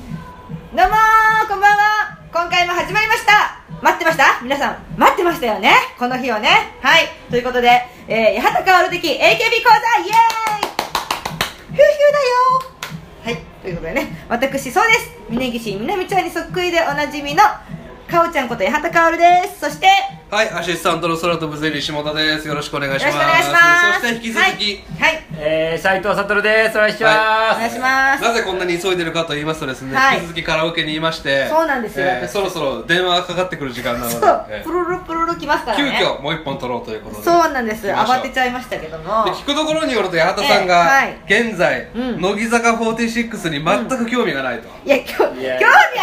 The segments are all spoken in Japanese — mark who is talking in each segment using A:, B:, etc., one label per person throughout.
A: どうもーこんばんは今回も始まりました待ってました皆さん待ってましたよねこの日をねはいということで、えー、八幡薫的 AKB 講座イエーイヒューヒューだよーはいということでね私そうです峯岸みなみちゃんにそっくりでおなじみのかおちゃんこと八幡薫ですそして
B: はい、アシスタントの空飛ぶゼリー下田です。よろしくお願いし
A: よろ
B: ま
A: し
B: す。
A: くお願いします
B: そして引き続き、
A: はい、はい
C: えー、斉藤悟です。お願いします。
B: は
A: お願いします
B: なぜこんなに急いでるかと言いますとですね、
A: はい
B: 引き続きカラオケにいまして、
A: そうなんですよ
B: えー
A: 私
B: そろそろ電話がかかってくる時間なので
A: そ、う
B: えー
A: プロロプロロ来ますからね
B: 急遽もう一本撮ろうということで。
A: そうなんです
B: 行きましょう
A: 慌てちゃいましたけども
B: で聞くところによると八幡さんが、
A: え
B: 現在、
A: うん
B: 乃木坂46に全く興味がないと、
A: いや、きょ興味
C: いや
A: は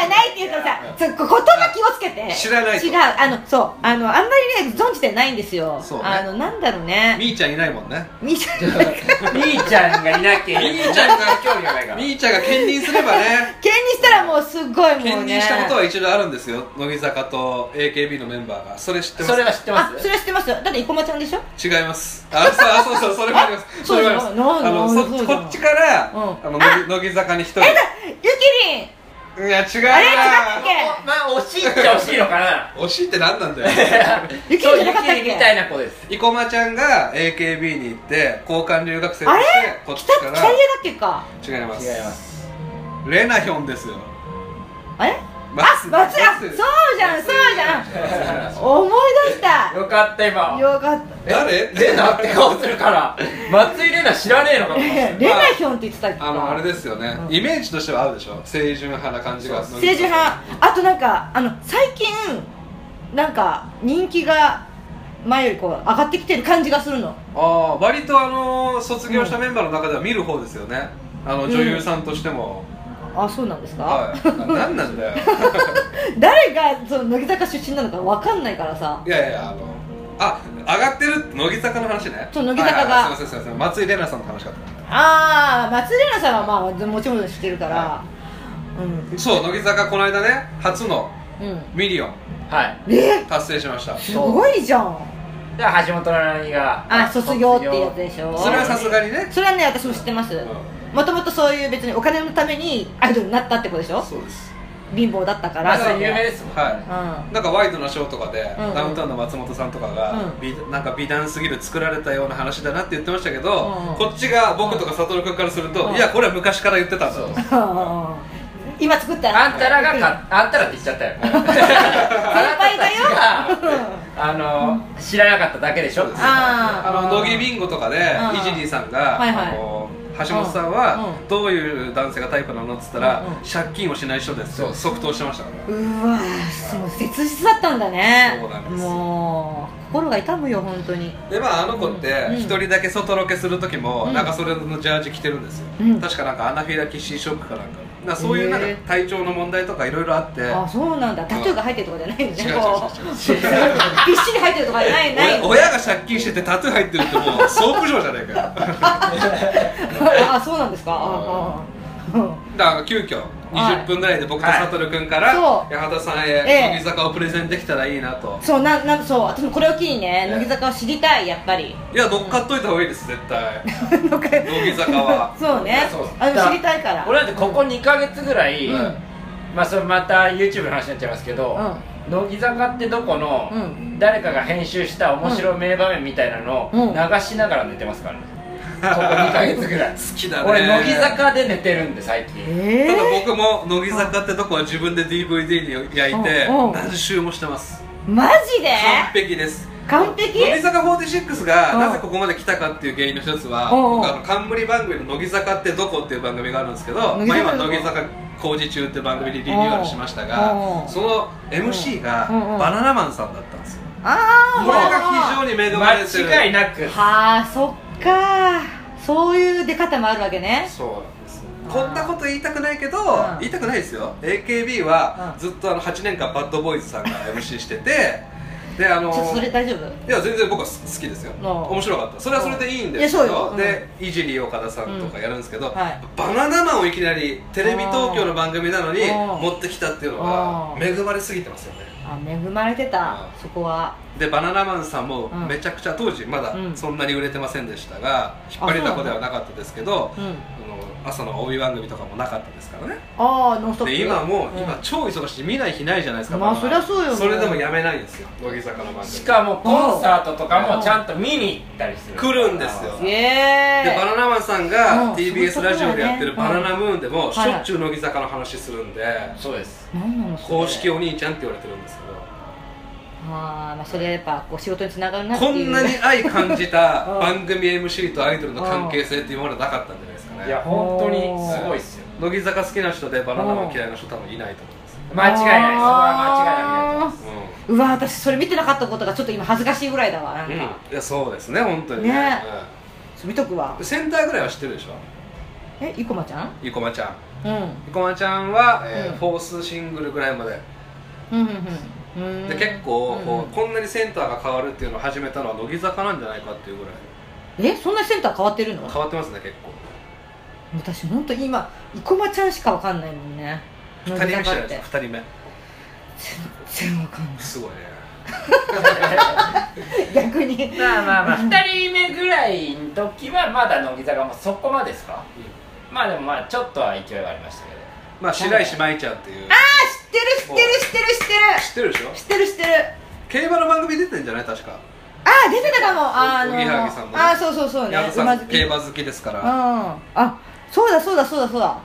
A: ないって言うとさ、ちょ言葉気をつけて。
B: 知らないと
A: 違う、あの、そう、あの、あんまりね、存じてないんですよ。
B: そうね
A: あの、なんだろうね。
B: みーちゃんいないもんね
A: み ちゃん、兼任
C: みーちゃんがいなきゃ
B: みーちゃんが
C: 興味がないから。
B: みーちゃんが兼任すれば ね
A: したらもうすっごいもうね。
B: 兼任したことは一度あるんですよ乃木坂と AKB のメンバーがそれ知ってます
C: それは知ってま
A: あ、
C: す
A: それは知ってますよ。だって、生駒ちゃんでしょ
B: 違いますあそうあそうそうそれもありま
A: え
B: すそれもありま
A: そう
B: す
A: じゃない
B: あの
A: なんで
B: そ
A: そうじ
B: こ
A: ゃない
B: っちから、
A: うん
B: あの乃木乃木坂に一人い
A: ゆきりん
B: や違
A: あれ
B: う
A: 違ったっ
B: な
A: け
C: まあ、惜しいっちゃ惜しいのか な。
B: 惜しいって何な んだよ
A: ゆきりんじゃなかったっ
C: そうゆきりみた
A: け
C: いな子です。
B: 生駒ちゃんが AKB に行って交換留学生と
A: あ
B: し
A: れ
B: てこっち
A: 北、
B: か
A: 北家だっ
B: ら
A: けか。
B: 違います
C: 違います。
B: レナヒョンですよ
A: あれ
B: ま
A: あ、松屋そ
B: 松
A: うじゃん、そうじゃん。思い出 した。
C: よかった、今。
A: よかった。
B: 誰
C: レナって顔するから。松井レナ知らねえのかと思っ
A: レ
C: て。
A: ナヒョンって言ってたっけか
B: あのあれですよね、イメージとしては合うでしょ青春派な感じが
A: 政治派あとなんかあの最近なんか人気が前よりこう上がってきてる感じがするの
B: ああ割とあの卒業したメンバーの中では見る方ですよね、あの女優さんとしても、
A: あそうなんですか、
B: はい何な んだよ
A: 誰がその乃木坂出身なのかわかんないからさ
B: いやいやあのあ上がってる乃木坂の話ね
A: そう乃木坂が
B: はいはいすいませんすいません松井玲奈さんの話かと思っ
A: ああ松玲奈さんはまあもちろん知ってるから、うん
B: たそう乃木坂この間ね初の
A: うん
B: ミリオン
C: はい。
A: え
B: 達成しました
A: すごいじゃん
C: では、橋本奈々が。
A: あ卒業ってやつでしょ
B: それはさすがにね
A: それはね私も知ってます
B: ん
A: もともとそういう別にお金のためにアイドルになったってことでしょ
B: そうです
A: 貧乏だったか
C: ま
A: ら
C: あ、それ有名ですもん。
B: はい、
A: うん
B: なんかワイドなショーとかで、
A: うんうん
B: ダウンタウンの松本さんとかが、
A: うん
B: 美なんか美談すぎる作られたような話だなって言ってましたけど、
A: うんうん
B: こっちが僕とか悟君からすると、
A: うん
B: いやこれは昔から言ってたんだと
C: そう
A: 今作った
C: あんたらが か、あんたらって言っちゃったよ。先
A: 輩だよ
C: あの、知らなかっただけでしょ。
A: あ
B: あの乃木ビンゴとかで
A: うん
B: イジリーさんが、
A: はいはい
B: あの橋本さん
A: うん
B: は
A: う、ん
B: どういう男性がタイプなのっつったら、
A: うんうん
B: 借金をしない人です
C: そう
B: 即答してましたか
A: う
B: ら
A: わーもう切実だったんだね
B: そうなんです
A: もう心が痛むよ本当に
B: でまああの子って
A: うん
B: 一人だけ外ロケする時も、
A: うん
B: なんかそれのジャージ着てるんですよ、
A: うん
B: 確かなんかアナフィラキシーショックかなんかなんかそういうなんか
A: へー
B: 体調の問題とかいろいろあって、
A: あそうなんだタトゥーが入ってるとかじゃないんだ
B: 違う違
A: ね
B: う
A: こ
B: 違う違う
A: うびっしり入ってるとかじゃないない
B: 親親が借金しててタトゥー入ってるって もうソープ嬢じゃないかよだか
A: あそうなんですかあああ
B: ら急遽20分ぐらいで僕と
C: はい
B: 悟君から
A: そ
B: 八幡さん
A: ええ
B: へ乃木坂をプレゼンできたらいいなと
A: そうなんなんそう私もこれを機にね
C: ええ
A: 乃木坂を知りたいやっぱり
B: いや乗っかっといた方がいいです絶 対
A: 乃
B: 乃木坂は
A: そうね
C: そう
A: あの知りたいから
C: 俺だってここ2か月ぐらい、
B: うん
C: まあそれまた YouTube の話になっちゃいますけど、乃木坂ってどこの、
A: うん
C: 誰かが編集した面白い名場面みたいなのを
A: うん
C: 流しながら寝てますから ね、ここ2か月ぐらい
B: 好きだね
C: 俺乃木坂で寝てるんで最近
A: え
B: ただ
A: え
B: 僕も乃木坂ってとこは自分で DVD に焼いて
A: うんうん
B: 何周もしてます
A: マジで
B: 完璧です
A: 完璧
B: 乃木坂46が
A: うん
B: なぜここまで来たかっていう原因の一つは
A: うんうん
B: 僕あの冠番組の「乃木坂ってどこ?」っていう番組があるんですけど、
A: 乃木
B: まあ、
A: 坂
B: 今
A: ってどこ
B: 乃木坂工事中って番組でリニューアルしました
A: うんう
B: が
A: ん
B: その MC が
A: うんうん
B: バナナマンさんだったんですよ
A: ああ
B: これが非常に恵まれてる
C: 間違いなく
A: はあそっかそういう出方もあるわけね
B: そうなんですよこんなこと言いたくないけど
A: うん
B: 言いたくないですよ AKB
A: う
B: は
A: ん
B: ずっとあの8年間バッドボーイズさんが MC して てであの
A: ちょっとそれ大丈夫
B: いや全然僕は好きですよ
A: うん
B: 面白かったそれはそれでいいんですけ
A: いやそうよう
B: ど
A: ん
B: でいじり岡田さんとかやるんですけど、
A: うんはい
B: バナナマンをいきなりテレビ東京の番組なのに
A: うん
B: 持ってきたっていうのが
A: うん
B: 恵まれすぎてますよね
A: あ恵まれてた
B: うん
A: そこは
B: でバナナマンさんも
A: うん
B: めちゃくちゃ当時まだ
A: うん
B: そんなに売れてませんでしたが引っ張りだこではなかったですけど、
A: うん
B: あの朝の帯番組とかもなかったですからね
A: ああノンストップ
B: で今も
A: うん
B: 今超忙しい見ない日ないじゃないですか
A: まあ
B: バナナ
A: そりゃそうよね
B: それでもやめないんですよ乃木坂の番組
C: しかもコンサートとかもちゃんと見に行ったりする
B: 来るんですよ
A: イ
B: でバ
A: エ
B: ナナマンさん
A: うん
B: が TBS ラジオでやってる「
A: そういうこ
B: バ
A: とだよね
B: ナナムーン」で
A: うん
B: もしょっちゅう乃木坂の話するんで
C: そうです
A: ーイなんなのそれ
B: 公式お兄ちゃんって言われてるんですけど
A: ああまあそれはやっぱこう仕事につながるなってい
B: こ
A: うん
B: なに愛感じた
A: うん
B: 番組 MC とアイドルの関係性って今までなかったんじゃないですか
C: いや
B: ね
C: 本当にすごいっすよ
B: 乃木坂好きな人でバナナマン嫌いな人多分いないと思います
C: 間違いないですそれは間違いないと思います
B: う
A: うわ私それ見てなかったことがちょっと今恥ずかしいぐらいだわなん
B: ん、うん、い
A: か、
B: やそうですね本当に
A: ね
B: う
A: そう見とくわ
B: んセンターぐらいは知ってるでしょ
A: え生駒ちゃん
B: 生駒ちゃん
A: うん
B: 生駒ちゃんは、えー
A: うん
B: フォースシングルぐらいまで
A: うんうんうんうん
B: で結構
A: うん
B: こうこんなにセンターが変わるっていうのを始めたのは乃木坂なんじゃないかっていうぐらい
A: えそんなにセンター変わってるの
B: 変わってますね結構
A: 私本当に今生駒ちゃんしかわかんないもんね
B: 2人
A: 乃
B: 目じゃ
A: 木
B: な
A: 坂
B: い
A: って
B: ですか2人目
A: 全然わかんない
B: すごいね
A: 逆に
C: まあまあまあ2人目ぐらいの時はまだ乃木坂もそこまでですか、まあでもまあちょっとは勢いはありましたけど
B: まあ白石舞ちゃんっていう
A: 知ってる知ってる知ってる知ってる
B: 知ってるでしょ
A: 知ってる知ってる
B: 競馬の番組出てんじゃない確か
A: ああ出てたかもあの
B: おぎはぎさんもね
A: ああそうそうそうね
B: 矢野さ
A: 馬
B: ん
A: 好き
B: 競馬好きですか
A: うん
B: ら
A: あそうだそうだそうだそうだ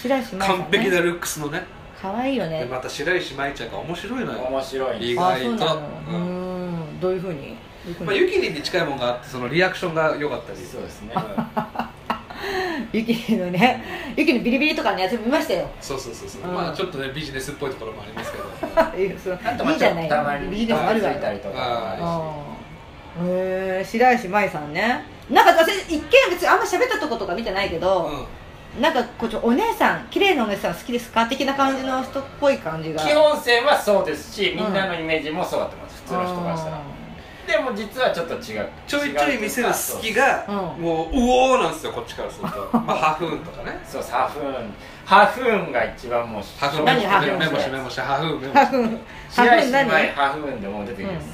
A: 白石麻衣さんね
B: 完璧なルックスのね
A: 可愛いよ
B: で
A: ね
B: また白石舞ちゃんが面白いのよ
C: 面白い
B: いい
C: ね
A: ああそうなの
B: 意外と
A: うーんどういうふうにどういうふうに
B: まあユキリンに近いもんがあってそのリアクションが良かったり
C: そうですね
B: うん
A: ゆきのね、ゆきのビリビリとかのやつ見ましたよ。
B: そうそうそうそう
A: うん
B: まあちょっとねビジネスっぽいとこ ろもあり ますけど
A: いいその
C: あと
A: い
C: ま
A: いじ
C: あちょ
A: ゃ
C: っ
A: ない
C: とたまに
A: ビジネスあるわ
C: ついたり
A: よ。
C: とかもあ
A: う
C: るし
A: んへえ、白石麻衣さんね。なんか私一見別にあんま喋ったとことか見てないけど、なんかこうちょお姉さん綺麗なお姉さん好きですか的な感じの人っぽい感じが。
C: 基本線はそうですしみんなのイメージもそうだと思います普通の人からしたらでも実はちょっと違う
B: ちょいちょい見せる
C: 違う
B: 隙が
A: うん
B: もううおーなんですよこっちからするとまあハフーンとかね
C: そうハフーンハフーンが一番もう
B: ハフーン
A: 何ハフーン
B: メモしてメモしてハフーンメモして
A: う
B: うんん
A: ハフ
C: 白
A: ーン
C: 石麻
A: 何
C: 衣ハフーンでもう出てきますよ、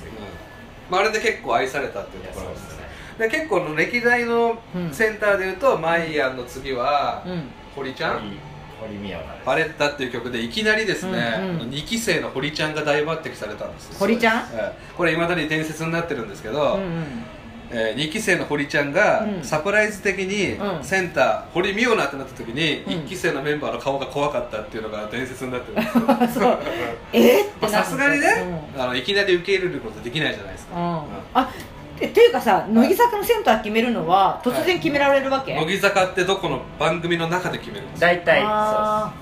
B: まああれで結構愛されたっていう
C: いや
B: とこ
C: そ
B: ろ
C: うで
B: ですね
C: すね
B: で結構の歴代のセンターでいうとマイアンの次は
A: うん。
B: 堀ちゃん
C: 堀堀美央奈です
B: バレッタっていう曲でいきなりですね
A: うんうん
B: 2期生の堀ちゃんが大抜擢されたんですよ
A: 堀ちゃん
B: ええこれいまだに伝説になってるんですけ
A: うん
B: ど
A: うん。
B: えー、2期生の堀ちゃんが
A: うん
B: サプライズ的に
A: うん
B: センター、堀美央奈ってなった時に
A: うん
B: 1期生のメンバーの顔が怖かったっていうのが伝説になってるんです よ
A: そう。えーって
B: ま
A: な
B: あ
A: る
B: さすがにね、あのいきなり受け入れることできないじゃないです
A: うん。う
B: か、
A: んあ、えっていうかさ、乃木坂のセンター決めるのは突然決められるわけ？
B: 乃木坂ってどこの番組の中で決めるんですか
C: 大体
A: あ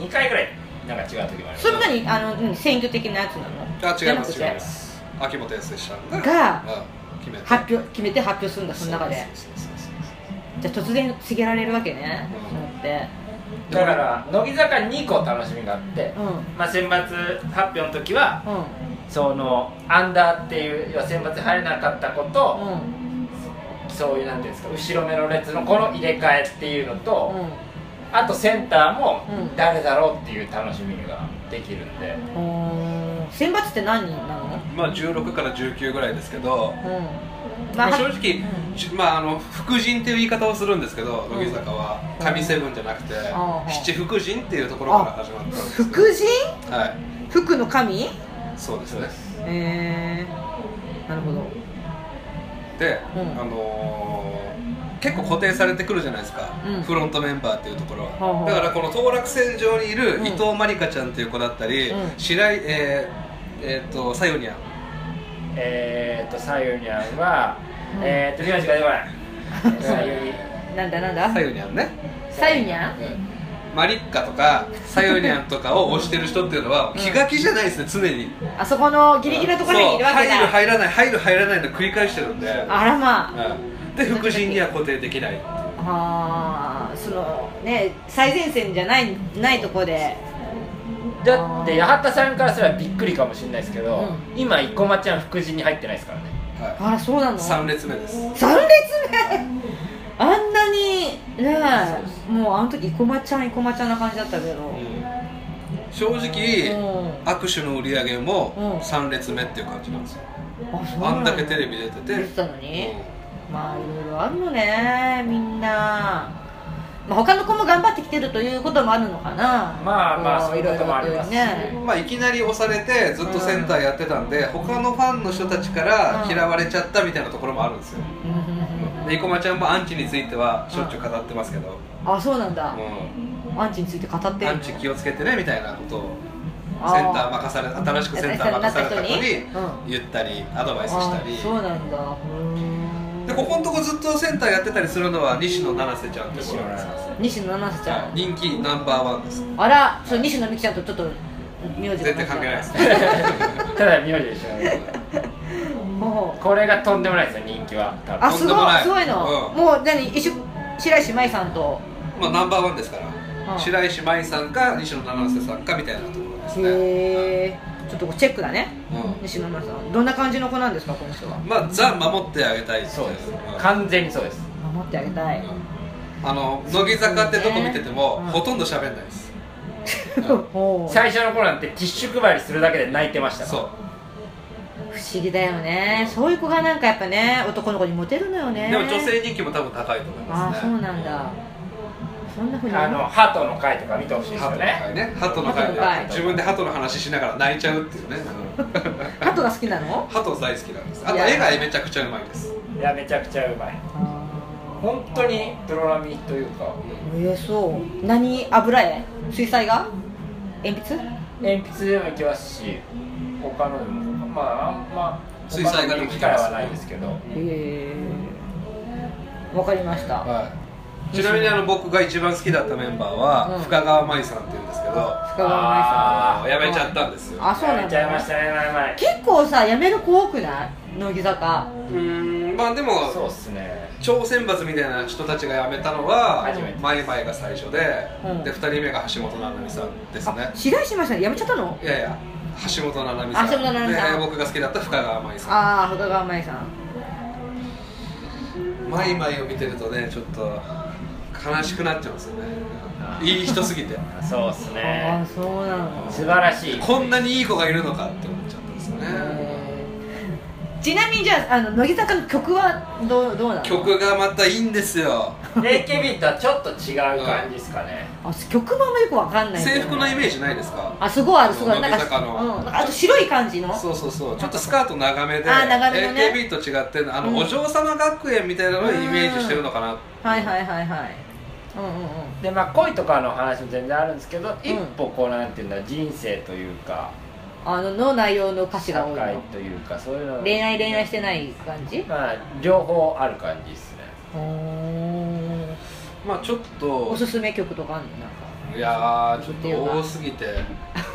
C: そうです2回ぐらいなんか違う時もありま
A: ー
C: す
A: それ何あのうん選挙的なやつなの
B: あ違います
A: じゃ
B: 違い
A: なくて
B: ます秋元康さんが、
A: が
B: うん決めて
A: 発表決めて発表するんだその中で
B: そうそうそうそう
A: じゃあ突然告げられるわけね
B: う
A: そ
B: ん
A: うやって
C: だから乃木坂2個楽しみがあって、
A: うん
C: まあ、選抜発表の時は
A: うん
C: そのアンダーっていう要は選抜に入れなかった子と、
A: うん
C: そういうなんていうんですか後ろ目の列のこの入れ替えっていうのと、
A: うん
C: あとセンターも
A: うん
C: 誰だろうっていう楽しみができるんで、
A: うーん選抜って何人なの
B: まあ16から19ぐらいですけど、
A: うん
B: まあ、
A: は
B: 正直、じまあ、あの福神っていう言い方をするんですけど乃木坂は
A: うん
B: 神セブンじゃなくて
A: ん
B: 七福神っていうところから始まったんですけど
A: 福神
B: はい
A: 福の神
B: そうですね
A: えー、なるほど
B: で、
A: うん
B: あのー結構固定されてくるじゃないですか、
A: うん
B: フロントメンバーっていうところ
A: ほうほ
B: は
A: う
B: だからこの当落線上にいる
A: うん
B: 伊藤まりかちゃんっていう子だったり、
A: うん
B: 白井えーえーっとさよにゃん
C: えー、っとさゆにゃんは、
A: うん
C: えー、っと名字が出こないさゆに
A: なんだなんだ
B: さよにゃんね
A: さゆにゃん
B: マリッカとかさよにゃんとかを推してる人っていうのは
A: うん
B: 気が気じゃないですね常に
A: あそこのギリギリのところにいるわけ
B: そう入
A: だ
B: る入らない入る入らないの繰り返してるんで、
A: あらまあ
B: うんで副陣には固定できない
A: ああそのね最前線じゃないないとこで
C: だって八幡さんからすればびっくりかもしれないですけど、
A: う
C: 今生駒ちゃん福神に入ってないですからね
B: は
A: あらそうなの
B: い、3列目です
A: 三列目あんなにねもうあの時生駒ちゃん生駒ちゃんな感じだったけど、うん
B: 正直握手の売り上げ
A: うん
B: も3列目っていう感じなんですよ
A: あそうな
B: あ
A: の
B: んだけテレビ出てて
A: 出てたのに、まあいろいろあるのねみんなまあ、他の子も頑張ってきてるということもあるのかな
C: まあまあ
A: こ
C: そういうこともありますし
A: いろいろとね
B: まあ、いきなり押されてずっとセンターやってたんで、他のファンの人たちから嫌われちゃったみたいなところもあるんですよ、
A: うんうんうん
B: で生駒ちゃんもアンチについてはしょっちゅう語ってますけど、
A: うんあそうなんだ
B: う
A: アンチについて語って
B: ん、
A: る
B: アンチ気をつけてねみたいなことを
A: あー
B: センター任され新しくセンター任された
A: う
B: 子に言ったりアドバイスしたり
A: あそうなんだうーん
B: でここのとこずっとセンターやってたりするのは西野七瀬ちゃんって子なんですよ
A: 西野七瀬ちゃん
B: 人気ナンバーワンです
A: あらそう西野美紀ちゃんとちょっと名字が
B: 全然関係ないですね
C: ただ名字でしょ
A: ほう
C: これがとんでもないですよ人気は多分
A: あ
B: と
A: す
B: んで
A: ご
B: もないい
A: すごいの、
B: うん
A: もう何一緒白石麻衣さんと
B: まあナンバーワンですから、
A: うん
B: 白石麻衣さんか西野七瀬さんかみたいなところですね、
A: へえちょっとこうチェックだね
B: う
A: 西野七瀬さんどんな感じの子なんですかこの人は
B: ん、まあザ守ってあげたいってい
C: そうです
B: ん
C: 完全にそうです
A: 守ってあげたい、
B: あの乃木坂ってどこ見てても、
A: うん
B: ほとんど喋んないです、
A: ほう
C: 最初の頃なんてティッシュ配りするだけで泣いてました
B: そう
A: 不思議だよねそういう子がなんかやっぱね男の子にモテるのよね
B: でも女性人気も多分高いと思い
A: あ
B: ま
A: あ
B: す
A: そ
B: ね
A: うなんだそんなふうに
C: あのハトの会とか見てほしいです
B: ハ
C: よ
B: トの
C: ね
B: 会ねハトの会
A: 鳩
B: で
A: の会
B: 自分でハトの話しながら泣いちゃうっていうね
A: ハトが好きなの
B: ハト大好きなんですあ
A: い
B: と
A: や
B: 絵がめちゃくちゃうまいです
C: いやめちゃくちゃうまい本当にプロ並みというか
A: ええそう何油絵水彩画鉛筆
C: 鉛筆でもいけますし他のでもまああんま
B: 水彩画でも
C: 機会はないですけど
A: ええわかりました
B: ちなみにあの僕が一番好きだったメンバーは、
A: うん
B: 深川麻衣さんっていうんですけど
A: 深川麻衣さん
C: あ
B: あの辞めちゃったんですよ
A: あそうなん
C: やめちゃいま
A: だ
C: したね前々
A: 結構さ辞める子多くない乃木坂
B: うーんまあでも
C: そうっすね
B: 超選抜みたいな人たちが辞めたのは
C: 初めて
B: マイマイが最初で、
A: うん
B: で2人目が橋本七海さんですね
A: あ白石麻衣さん辞めちゃったの
B: いやいや橋本七海さん
A: 橋本七海さん
B: で僕が好きだった深川麻衣さ
A: ああ深川麻衣さん
B: んマイマイを見てるとねちょっと悲しくなっちゃうんですよねいい人すぎて
C: そうっす
A: ああ
C: ね
A: そうなの
C: 素晴らしい
B: こんなにいい子がいるのかって思っちゃったんですよね
A: ちなみにじゃああの乃木坂の曲はどうどうなの
B: 曲がまたいいんですよ
C: AKB とはちょっと違う感じですかね
A: あ曲もあんまよくわかんないんだよ
B: 制
A: ね
B: 服のイメージないですか
A: あすごいあるすごいなん
B: 乃
A: か,、
B: 木坂
A: うん
B: の、
A: なんかあと白い感じの
B: そうそうそうちょっとスカート長めで
A: あー長めのね
B: AKB と違ってあの、
A: うん
B: お嬢様学園みたいなのをイメージしてるのかな
A: はいはいはいはいうんうんうん
C: でまあ恋とかの話も全然あるんですけど、一歩こうなんていうんだ人生というか
A: あのの内容の歌詞
C: 社
A: が多い
C: 会
A: の
C: というかそういうの
A: 恋愛恋愛してない感じ
C: まあ両方ある感じですね
A: ほー
B: まあちょっと
A: おすすめ曲とかあんのなん
B: いやーちょっと多すぎて、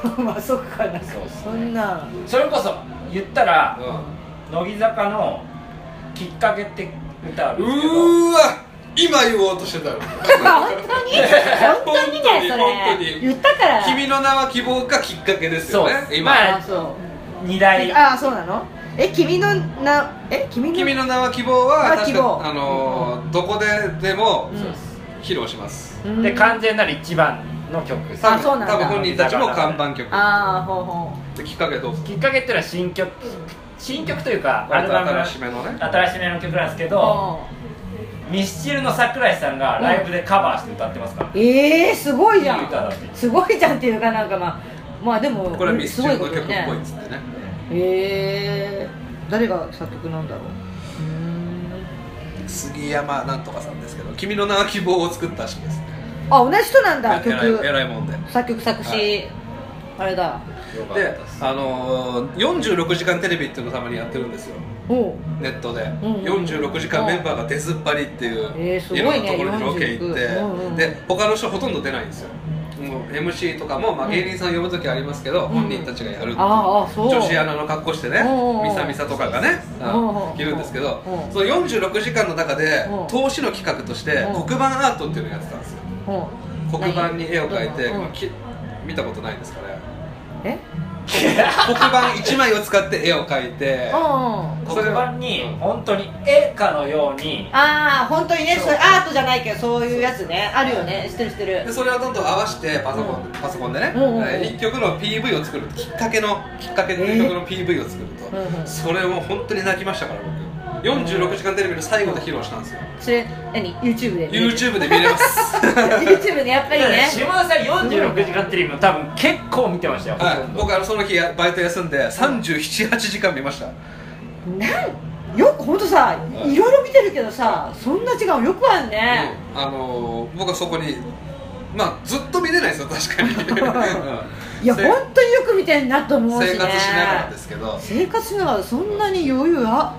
A: か まあそっかなんか
C: そうっすね
A: そんな
C: それこそ言ったら
B: う
C: 乃木坂のきっかけって歌ある
B: ん、
C: んですけど
B: うーわ今言おうとしてた の
A: 本当に本当にだよ
B: 本
A: そ
B: 当
A: れ
B: に
A: 言ったから
B: 君の名は希望かきっかけですよね
C: そう
B: 今、
C: ま
A: あそう
C: 二大
A: あそうなのえ君のなえ君の
B: 君の名は希望は
A: あ
B: 確
A: 希望
B: かあのーどこででも
A: うん
B: 披露します、
A: うん
C: で完全なる一番の曲です
B: 多分
A: あそうなんだ
B: 多分本人たちも看板曲
A: ああほうほ
B: できっかけどうぞ
C: きっかけっていうのは新曲新曲というかア
B: 割
C: ル
B: と
C: バム
B: 新しめのね
C: 新しめの曲なんですけ
A: う
C: ど
A: うん
C: ミスチルの桜井さんがライブでカバーして歌ってますから、
A: えー、すごいじゃ
C: いい歌だ
A: ん
C: って
A: すごいじゃんっていうかなんかまあまあでも
B: これはミスチルの曲っ
A: すご
B: ぽ
A: いこと
B: い
A: よ
B: っつってね
A: えー、誰が作曲なんだろううーん
B: 杉山なんとかさんですけど「君の名は希望」を作ったしいですね
A: あ同じ人なんだ
B: えらいえ
A: 曲
B: らいもんで
A: 作曲作詞、
B: はい
A: あれだ
C: よかった
B: で
C: っす
B: あのー46時間テレビ」っていうのをたまにやってるんですよ
A: おう
B: ネットで、
A: うんうん
B: 46時間メンバーが出ずっぱりっていう、
A: えーすごい
B: ろ
A: ね
B: んなところにロケ行って、
A: 46うんうん
B: で他の人ほとんど出ないんですよもう MC とかも、まあ、芸人さん呼ぶ時ありますけど、
A: ん
B: 本人たちがやるっていう
A: あーあーそう
B: 女子アナの格好してね
A: うんうん
B: みさみさとかがね
A: うんうん
B: いるんですけど
A: うん
B: その46時間の中で
A: うん
B: 投資の企画として
A: うん
B: 黒板アートっていうのをやってたんですよ
A: ほう
B: 黒板に絵を描いて、
A: うん
B: き見たことないですかね
A: え
B: 黒板1枚を使って絵を描いて
A: うんうん
B: それ
C: 黒板に本当に絵かのように
A: ああ本当にねそれアートじゃないけどそういうやつねあるよね知ってる知ってる
B: でそれをどんどん合わせてパソコン,、パソコンでね、
A: うんうんうん
B: えー一曲の PV を作るきっかけのきっかけっていう曲の PV を作ると、
A: うんうん
B: それも本当に泣きましたから僕46時間テレビの最後で披露したんですよ
A: それ何 YouTube で
B: YouTube で見れます
A: YouTube でやっぱりね
C: 下田さん46時間テレビも多分結構見てましたよ、ほ
B: は
C: と
B: い
C: んど
B: 僕はその日バイト休んで378時間見ました
A: なんよく本当さいろいろ見てるけどさそんな違うよくあんね、
B: あのー僕はそこにまあずっと見れないですよ確 かに、うん
A: いや
B: せ
A: 本当によく見てんなと思うしね
B: 生活しながらですけど、
A: 生活しながらそんなに余裕あ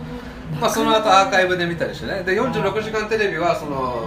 B: まあ、その後アーカイブで見たりしてねで46時間テレビはその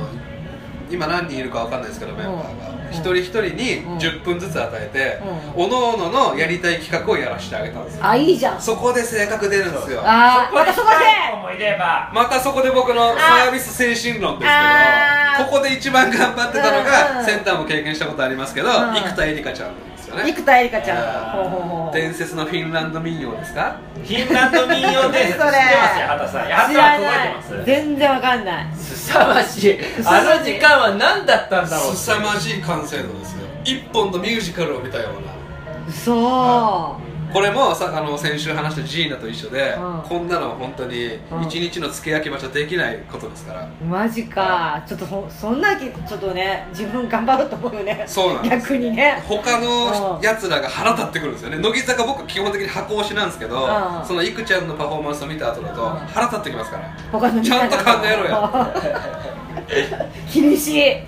B: 今何人いるかわかんないですけどメンバー
A: うん
B: が一人一人に
A: うん
B: 10分ずつ与えて
A: う
B: おのおののやりたい企画をやらせてあげたんですよ
A: あいいじゃん
B: そこで性格出るんですよ
A: あーまたそこで
C: 子もいれば
B: またそこで僕のサービス精神論です
A: あ
B: け
A: ー
B: どここで一番頑張ってたの
A: うんうん
B: がセンターも経験したことありますけど
A: うん
B: 生田絵梨花ちゃんなんですよね
A: 生田絵梨花ちゃん
C: あ
A: ほ
C: ー
A: うほうほう
B: 伝説のフィンランド民謡ですか
C: フィンランド民謡伝説知って
A: そ
C: ま
A: れ
C: すよ畑さん
A: 知
C: 畑
A: らない
C: は届いてま
A: 全然わかんない
C: すすさまじいあの時間は何だったんだろう
B: すさまじい完成度ですよ一本のミュージカルを見たような
A: そ
B: これもさあの先週話したジーナと一緒で、
A: うん
B: こんなのは本当に
A: ん
B: 一日の付け焼き場所できないことですから、
A: うマジかちょっとそそんなきちょっとね自分頑張ろうと思うよね
B: そうなんです
A: 逆にね
B: 他
A: う
B: の
A: ん
B: やつらが腹立ってくるんですよね乃木坂僕基本的に箱推しなんですけど、
A: うん
B: そのいくちゃんのパフォーマンスを見た後だと
A: うん
B: 腹立ってきますから、
A: 他のみな
B: ちゃんと考えろよ
A: 厳しい
B: う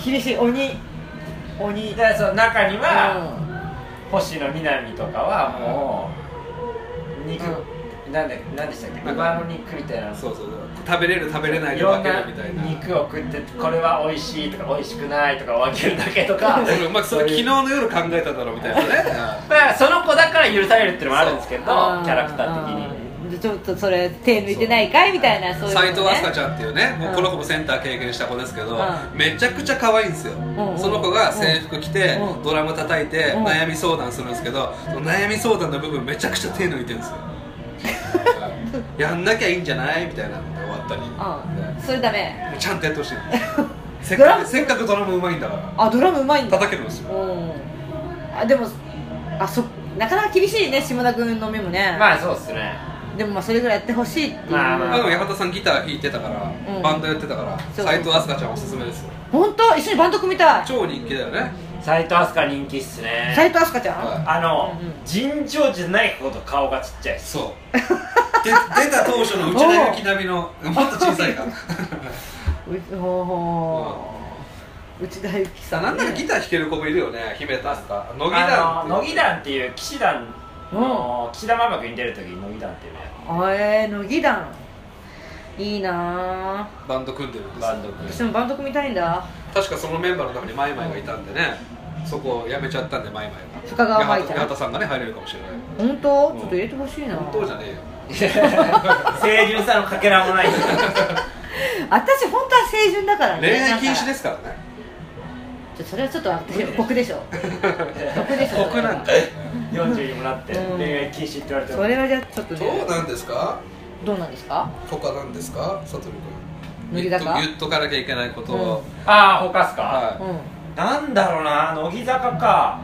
B: ん
A: 厳しい鬼鬼
C: でその中には、
A: うん
C: 星野みなみとかはもう肉、なんだなんでしたっけ
B: なんか
C: 馬の肉みたいな
B: そうそうそう食べれる食べれない
C: い
B: で
C: ろ
B: 分
C: ん
B: け
C: な
B: るみたいな
C: 肉を食ってこれは美味しいとか美味しくないとか分けるだけと か
B: 俺まあそれ昨日
C: だ
B: の夜考えただろうみたいなね
C: からその子だから許されるっていうのもあるんですけどキ
A: あ
C: ャラクター的に
A: あーちょっとそれ手抜いてないかいみたいなそういう
B: 斎藤飛鳥
A: ち
B: ちゃんっていうねもううんこの子もセンター経験した子ですけど、
A: う
B: めちゃくちゃ可愛いんですよ、
A: んうん
B: その子が制服着て、
A: うん
B: ドラム叩いて、
A: うん
B: 悩み相談するんですけどその悩み相談の部分めちゃくちゃ手抜いてる んですよやんなきゃいいんじゃないみたいなので終わったり、
A: うんそれダメ
B: ちゃんとやってほ しいせっ
A: ドラ
B: か
A: ム
B: くせっかくドラムうまいんだから
A: あドラムうまいんだ
B: 叩けるんですよ
A: うんあでもあそなかなか厳しいね下田君の目もね、
C: まあそうっすね
A: でもまあそれぐらいやってほしいっていう、
C: まあま
B: あでも八幡さんギター弾いてたから、
A: うん
B: バンドやってたから
A: そう
B: 斎藤飛鳥ちゃんおすすめですよ
A: 本当一緒にバンド組みたい
B: 超人気だよね
C: 斎藤飛鳥人気っすね
A: 斎藤飛鳥ちゃん、
B: はい
C: あの、
A: うんうん
C: 尋常じゃないほど顔がちっちゃいです
B: そうで出た当初の内田有紀並みのもっと小さいか
A: うほうほう内田有紀さ
B: さ
A: ん、
B: なんならギター弾ける子もいるよね姫たすか乃木
C: あ
B: 団
C: の乃木
B: 団
C: 団っていう騎士団の、騎士団万博に出るときに乃木団っていうね
A: あえー、乃木団いいなあ
B: バンド組んでるんです
C: バ
B: よ
C: ンド組
A: 私もバンド組みたいんだ
B: 確かそのメンバーの中にマイマイがいたんでねそこを辞めちゃったんでマイマイが
A: 深川マイちゃん
B: 八幡さんがね入れるかもしれない
A: 本当
C: うん
A: ちょっと入れてほしいな
B: 本当じゃねえよ
C: 清純さのかけら もないです
A: 私本当は清純だからね
B: 恋愛禁止ですすからね
A: それはちょっと 私僕でしょ僕でしょ
B: 僕なんだ
C: 40にもなって
A: うん
C: 恋愛禁止って言われて
A: そ
C: も
A: れはじゃあちょっと
B: ど
A: ね
B: うなんですか
A: どうなんですか
B: 他なんですかさとるくん
A: 乃木
B: 言っと
A: 坂
B: 言っとかなきゃいけないことを、
C: ああほかっすか、
B: は
A: う
C: なんだろうな乃木坂か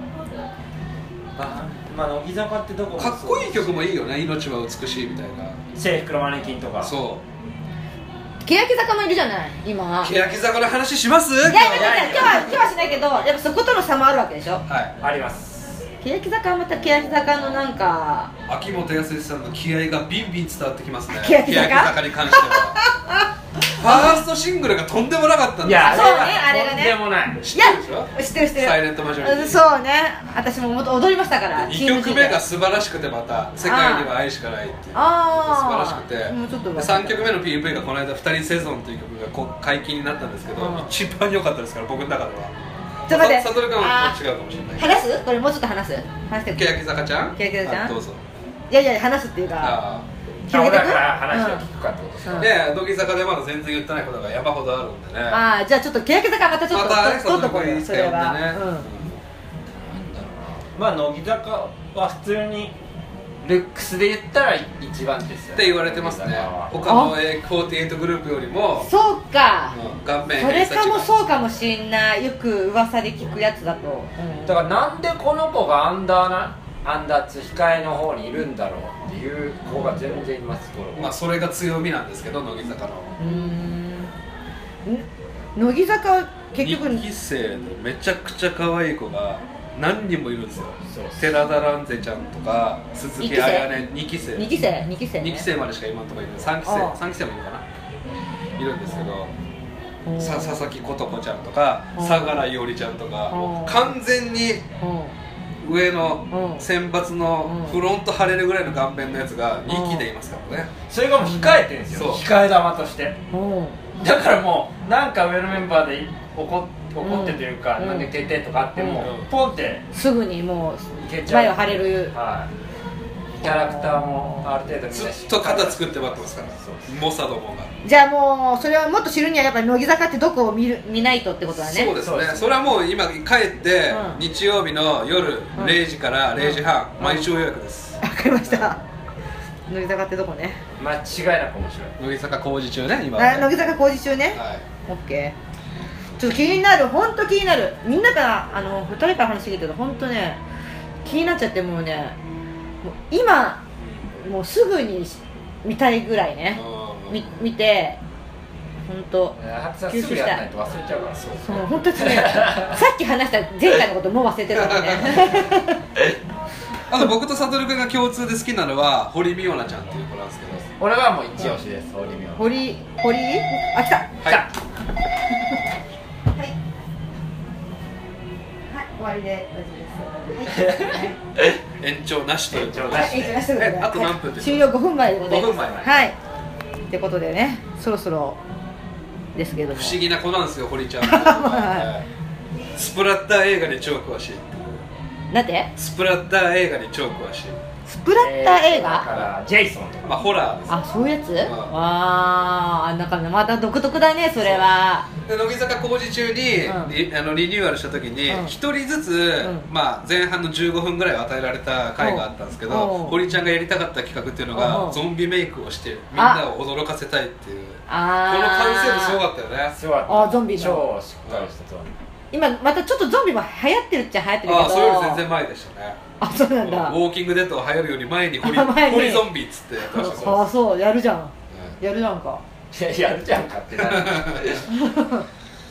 C: あまあ乃木坂ってどこ
B: い
C: も
B: かっこいい曲もいい
C: よ
B: よね「命は美しい」みたいな
C: 制服のマネキンとか
B: そうん
A: 欅坂もいるじゃない今いや
B: 欅坂の話します
A: いやいやいや今日は今日はしないけどやっぱそことの差もあるわけでしょ
B: はい
C: あります
A: 欅坂はまた欅坂のなんか
B: 秋元康さんの気合がビンビン伝わってきますね
A: 欅坂
B: に関しては ファーストシングルがとんでもなかったんで
C: い
B: す
C: や
A: そうねあれがね
C: とんでもない
B: 知
A: い
B: っ
A: や
B: てるでしょ
A: 知ってる知ってる
B: サイレントマジョリティ
A: うんそうね私ももっと踊りましたから
B: 2曲目が
A: チーム G で
B: 素晴らしくてまた「世界には愛しかない」っていう
A: ああ
B: 素晴らしくて
A: もうちょっと
B: で3曲目の PV がこの間「二人セゾン」という曲がこう解禁になったんですけど、
A: うん
B: 一番良かったですから僕の中では
A: ちょっと待って
B: さとる君は
A: あ
B: もう違うかもしれない
A: 話すこれもうちょっと話す話して
B: 欅坂ちゃん
A: 欅坂ちゃん
B: あどうぞ
A: いやいや話すっていうか
B: あ
C: あ
A: 欅
C: 俺
A: 坂
C: だから話を聞くかってことですか、
A: うん
B: あで乃木坂でまだ全然言ってないことが山ほどあるんでね
A: ああじゃあちょっと欅坂またちょっ
B: ま
A: と
B: たね、
A: 取っとこ
B: こ
A: うよ
B: に
A: そ
B: 使
A: れ
B: うん
A: は
B: でね、
C: まあ乃木坂は普通にルックスで言ったら一番ですよ、
B: って言われてますね
C: 乃木
B: 他の A48 グループよりも
A: うんそうか
B: もう顔面
A: それかも
B: う
A: そうかもしんないよく噂で聞くやつだと、うん
C: 坂はだからなんでこの子がアンダーなアンダーツ控えの方にいるんだろうっていう子が全然いますこれ
B: まあそれが強みなんですけど乃木坂の
A: うーん乃木坂結局
B: 2期生でめちゃくちゃ可愛い子が何人もいるんですよ
C: そう
B: 寺田蘭世ちゃんとか鈴
A: 二期
B: 木
A: 生
B: 彩音2期生
A: 2期生2期生、ね、
B: 二期生までしか今のところいない3期
A: ああ
B: 生三期生もいるかないるんですけど
A: うん
B: さ佐々木琴子ちゃんとか
A: うん
B: 相良伊織ちゃんとか
A: うん
B: 完全に
A: う
B: 上
A: う
B: の
A: ん
B: 選抜のフロント張れるぐらいの顔面のやつが2期でいますからね
C: それがもう控えてるんです
B: そう
C: よ控え玉として
A: んうん
C: だからもうなんか上のメンバーで怒っ怒ってというか、
A: うん
C: なんで決定とかあっても、
B: うん
C: ポンって
A: すぐにも
C: いけ
A: う
C: ちゃう
A: 前を張れる
C: はいキャラクターもある程度みん
B: ず
C: な
B: っと肩作って待ってますから
C: そう
B: 猛者どもが
A: じゃあもうそれはもっと知るにはやっぱり乃木坂ってどこを見る見ないとってことだね
B: そうです
C: そうです
B: ね
C: ね
B: それはもう今帰って
A: うん
B: 日曜日の
A: ん
B: 夜0時から0時半
A: うん
B: 毎週予約です
A: わかりました乃木坂ってどこね
C: 間違いなく面白い
B: 乃木坂工事中ね今は
A: あ
B: ね
A: 乃木坂工事中ね
B: はい
A: OK ちょっと気になる本当気になるみんなからあの2人から話してきたけど本当ね気になっちゃってもうねもう今もうすぐに見たいぐらいね
B: うん
A: み見て本当
C: ハクさんすぐやらないと忘れちゃうからそう
A: その本当にねさっき話した前回のこともう忘れてたもんね
B: あと僕と悟君が共通で好きなのは堀美央奈ちゃんっていう子なんですけど
C: 俺はもう一押しです堀美央奈
A: 堀堀あ来た
B: はい
C: 来
A: はいはい終わりで大丈夫ですはい
B: 延長なしということで
A: はい、以上です
B: えあと何分ですか
A: 終了5分前でございます
B: 5分前
A: はいってことでねそろそろですけども
B: 不思議な子なんですよ堀 ちゃん
A: は
B: はいスプラッター映画に超詳しい
A: なんて
B: スプラッター映画に超詳しい
A: スプラッター映
C: だか
A: 画、
C: らジェイソンとか
B: まあホラーです
A: あそういうやつ、
B: ん
A: わあなんかまた独特だねそれは
B: で乃木坂工事中に、
A: うん
B: リあのリニューアルした時に
A: うん
B: 一、人ずつ、
A: ん
B: まあ、前半の15分ぐらいを与えられた回があったんですけど
A: おう
B: 堀ちゃんがやりたかった企画っていうの
A: お
B: が
A: う
B: ゾンビメイクをしてみんなを驚かせたいっていうこ
A: あ
B: の完成度すご
A: あ
B: かったよね
C: すごい
A: あゾンビの
C: 超しっかりしたゾンビ
A: 今またちょっとゾンビも流行ってるっちゃ流行ってるけど
B: ああそれより全然前でしたね
A: あそう
B: ウ
A: なんだ
B: ォーキングデッドが流行るより前に堀
A: あ 前に
B: 堀ゾンビっつってやってました
A: ああそうやるじゃんやるじゃんか
C: いややるじゃん かってない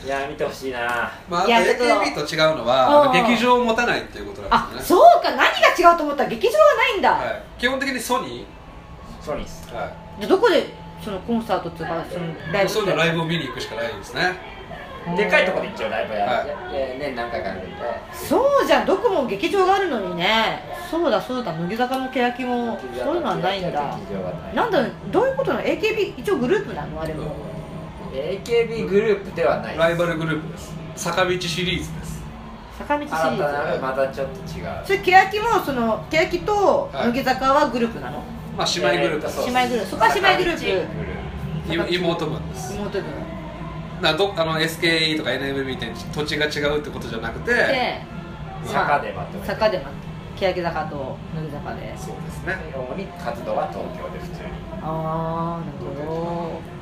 C: や見てほしいな
B: まあ、あ
A: い
B: と
A: やだけど
B: AKB と違うのはあの
A: うんうん
B: 劇場を持たないっていうことなん
A: あ
B: です
A: そ
B: ね
A: うか何が違うと思ったら劇場はないんだ、
B: はい、基本的にソニ
C: ソニーっす
B: ー、は
A: じゃあどこでそのコンサートっていうかそのライ
B: い、
A: ブ
B: ソニーのライブを見に行くしかないんですね
C: でかいとこで一応ライブ
B: は
C: や
B: い
C: やえー年何回かあるんで
A: そうじゃんどこも劇場があるのにねそうだそうだ乃木坂も欅もそういうのはないんだ
C: 劇場がない
A: なんだどういうことなの AKB 一応グループなのあれも
C: AKB グループではない
B: ライバルグループです坂道シリーズです
A: 坂道シリ
C: 新た
A: ーズ
C: なまたちょっと違う
A: それ欅もその欅と乃木坂はグループなの、
B: まあ姉妹グループです、
A: 姉妹グループそこは姉妹グループ
B: い妹分です
A: 妹分
B: だからどあの SKE とか NMB みたいに土地が違うってことじゃなくて
A: で
C: 坂でまとめて
A: 坂でま欅坂と乃木坂で
B: そうですね
C: 主に活動は東京で普通に
A: ああなるほど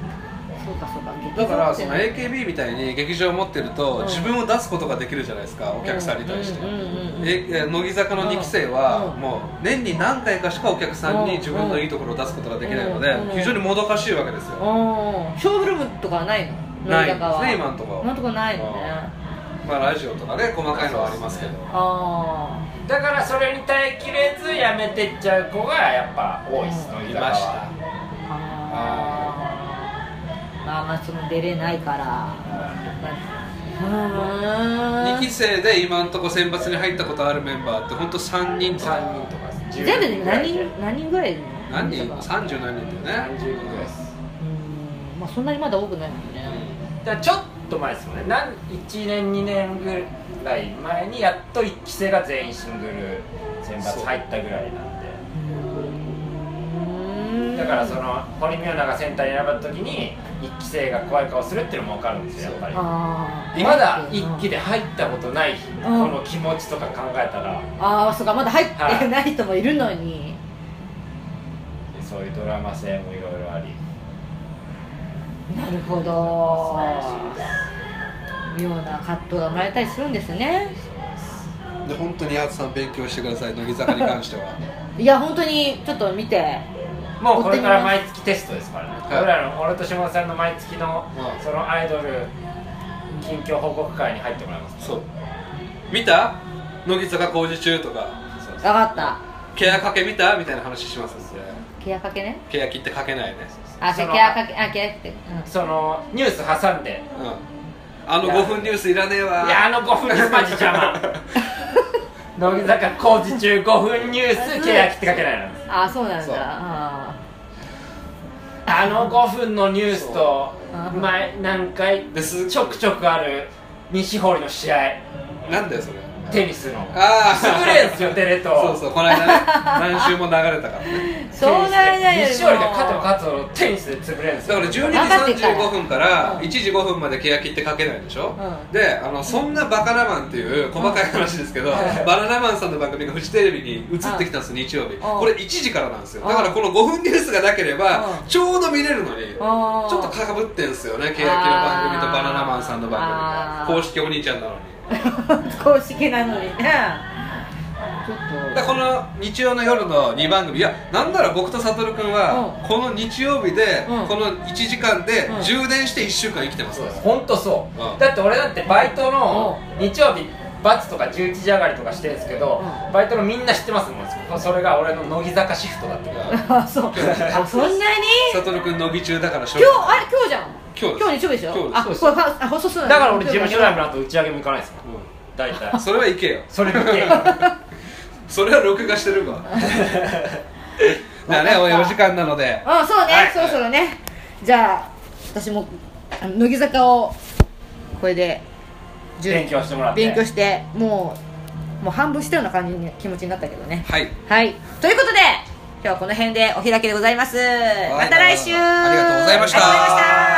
A: そうかそうか劇場
B: だから
A: っ
B: そ
A: て
B: の
A: な
B: AKB みたいに劇場を持ってると、
A: うん
B: 自分を出すことができるじゃないですかお客さんに対して、
A: うんうんうんうん
B: ええ乃木坂の2期生は、
A: うん
B: もう年に何回かしかお客さんに自分のいいところを出すことができないので、
A: うんうん
B: 非常にもどかしいわけですよ、
A: おーショールームとかはないの
B: ない
A: 乃木坂は
B: ですね今のところ
A: 今のところないのね
B: まあラジオとかね細かいのはありますけど
A: あ
C: だからそれに耐えきれずやめてっちゃう子がやっぱ多いっすの
B: いました
A: ーあーまあまあその出れないからまあ
B: 2
A: う
B: 期
A: ーん
B: 生で今のところ選抜に入ったことあるメンバーって本当3人とか
C: 3人とかです
A: 全部で何
C: 10
A: 人何人ぐらいいるの
B: 何人
A: う
B: ?30 何人だよね
C: 30人ぐらいです
A: ーんまあそんなにまだ多くないもんね
C: だからちょっと前ですもんねなん1年2年ぐらい前にやっと1期生が全員シングル選抜入ったぐらいなんでだからそ
A: の
C: の堀美央奈がセンターに選ばれた時に1期生が怖い顔するっていうのも分かるんですよやっぱり
A: あー
C: まだ1期で入ったことない日この気持ちとか考えたら
A: ああそうかまだ入ってない人もいるのに
C: そういうドラマ性もいろいろあり
A: なるほど妙な葛藤が生まれたりするんですね
C: そうで
B: で
C: す
B: 本当に八つさん勉強してください乃木坂に関しては
A: いや本当にちょっと見て
C: もうこれから毎月テストですからね、
B: い
C: 俺らの俺と下田さんの毎月の
B: うん
C: そのアイドル近況報告会に入ってもらいます、
B: そう見た乃木坂工事中とか
C: そう
A: 分
C: そう
A: かった
B: ケアかけ見たみたいな話しますんで
A: ケアかけね
B: ケア切ってかけないね
A: あケ
C: そ
A: ア
C: の
A: かけあケアってうん
C: そのニュース挟んで
B: うんあの5分ニュースいらねえわ
C: いやあの5分ニュースマジ邪 魔乃木坂工事中5分ニュースケヤキってかけないの
A: あそうなん
B: そう
A: だあ
C: あの5分のニュースと
A: そう
C: 前何回
B: です
C: ちょくちょくある西堀の試合
B: なんだよそれ
C: テニスの
B: あ
C: ス
B: あ
C: プレーですよテレ東
B: そうそうこの間ね何週も流れたからね
A: ーそうなんだよ
C: 西堀が
A: もう
C: 肩を勝つのテニスで潰れるんです
B: だ
C: よ
B: から12時35分から1時5分までケヤ切ってかけないでしょ、
A: うん
B: であの「そんなバカラマン」っていう細かい話ですけど、
C: ん
B: バナナマンさんの番組がフジテレビに移ってきたんです日曜日、これ1時からなんですよだからこの5分ニュースがなければ、
A: うん
B: ちょうど見れるのに、
A: あー
B: ちょっとかぶってんすよねケヤキの番組とバナナマンさんの番
A: あ
B: 組
A: ー
B: が公式お兄ちゃんなのに
A: 公式なのにねちょっ
B: だ
A: と
B: からこの日曜の夜の2番組いやなんなら僕と悟君は、この日曜日で、
A: うん
B: この1時間で
A: うん
B: 充電して1週間生きてます
C: そ
B: か
C: う
B: ら、
C: です本当そ
B: うん
C: うだって俺だってバイトの日曜日バツとか11時上がりとかしてるんですけど
A: う
C: バイトのみんな知ってますもんそれが俺の乃木坂シフトだってか ら
A: あそうあそんなに
B: 悟君乃木中だから今
A: 今日あれ今日じゃん
B: 今日です
A: 今日日曜日でしょ
B: 今日です
A: あこれあ放送するの
C: だから俺事務所ライブの後打ち上げも行かないですもん大体
B: それは行けよ
C: それ見 ては
B: それは録画してるわじゃあねお4時間なので
A: うんそうね、
B: はい
A: そろそろねじゃあ私もあの乃木坂をこれで10
C: 勉強してもらって
A: 勉強してもうもう半分したような感じに気持ちになったけどね
B: はい
A: はいということで今日はこの辺でお開きでございますまた来週
B: ありがとうございました
A: ありがとうございました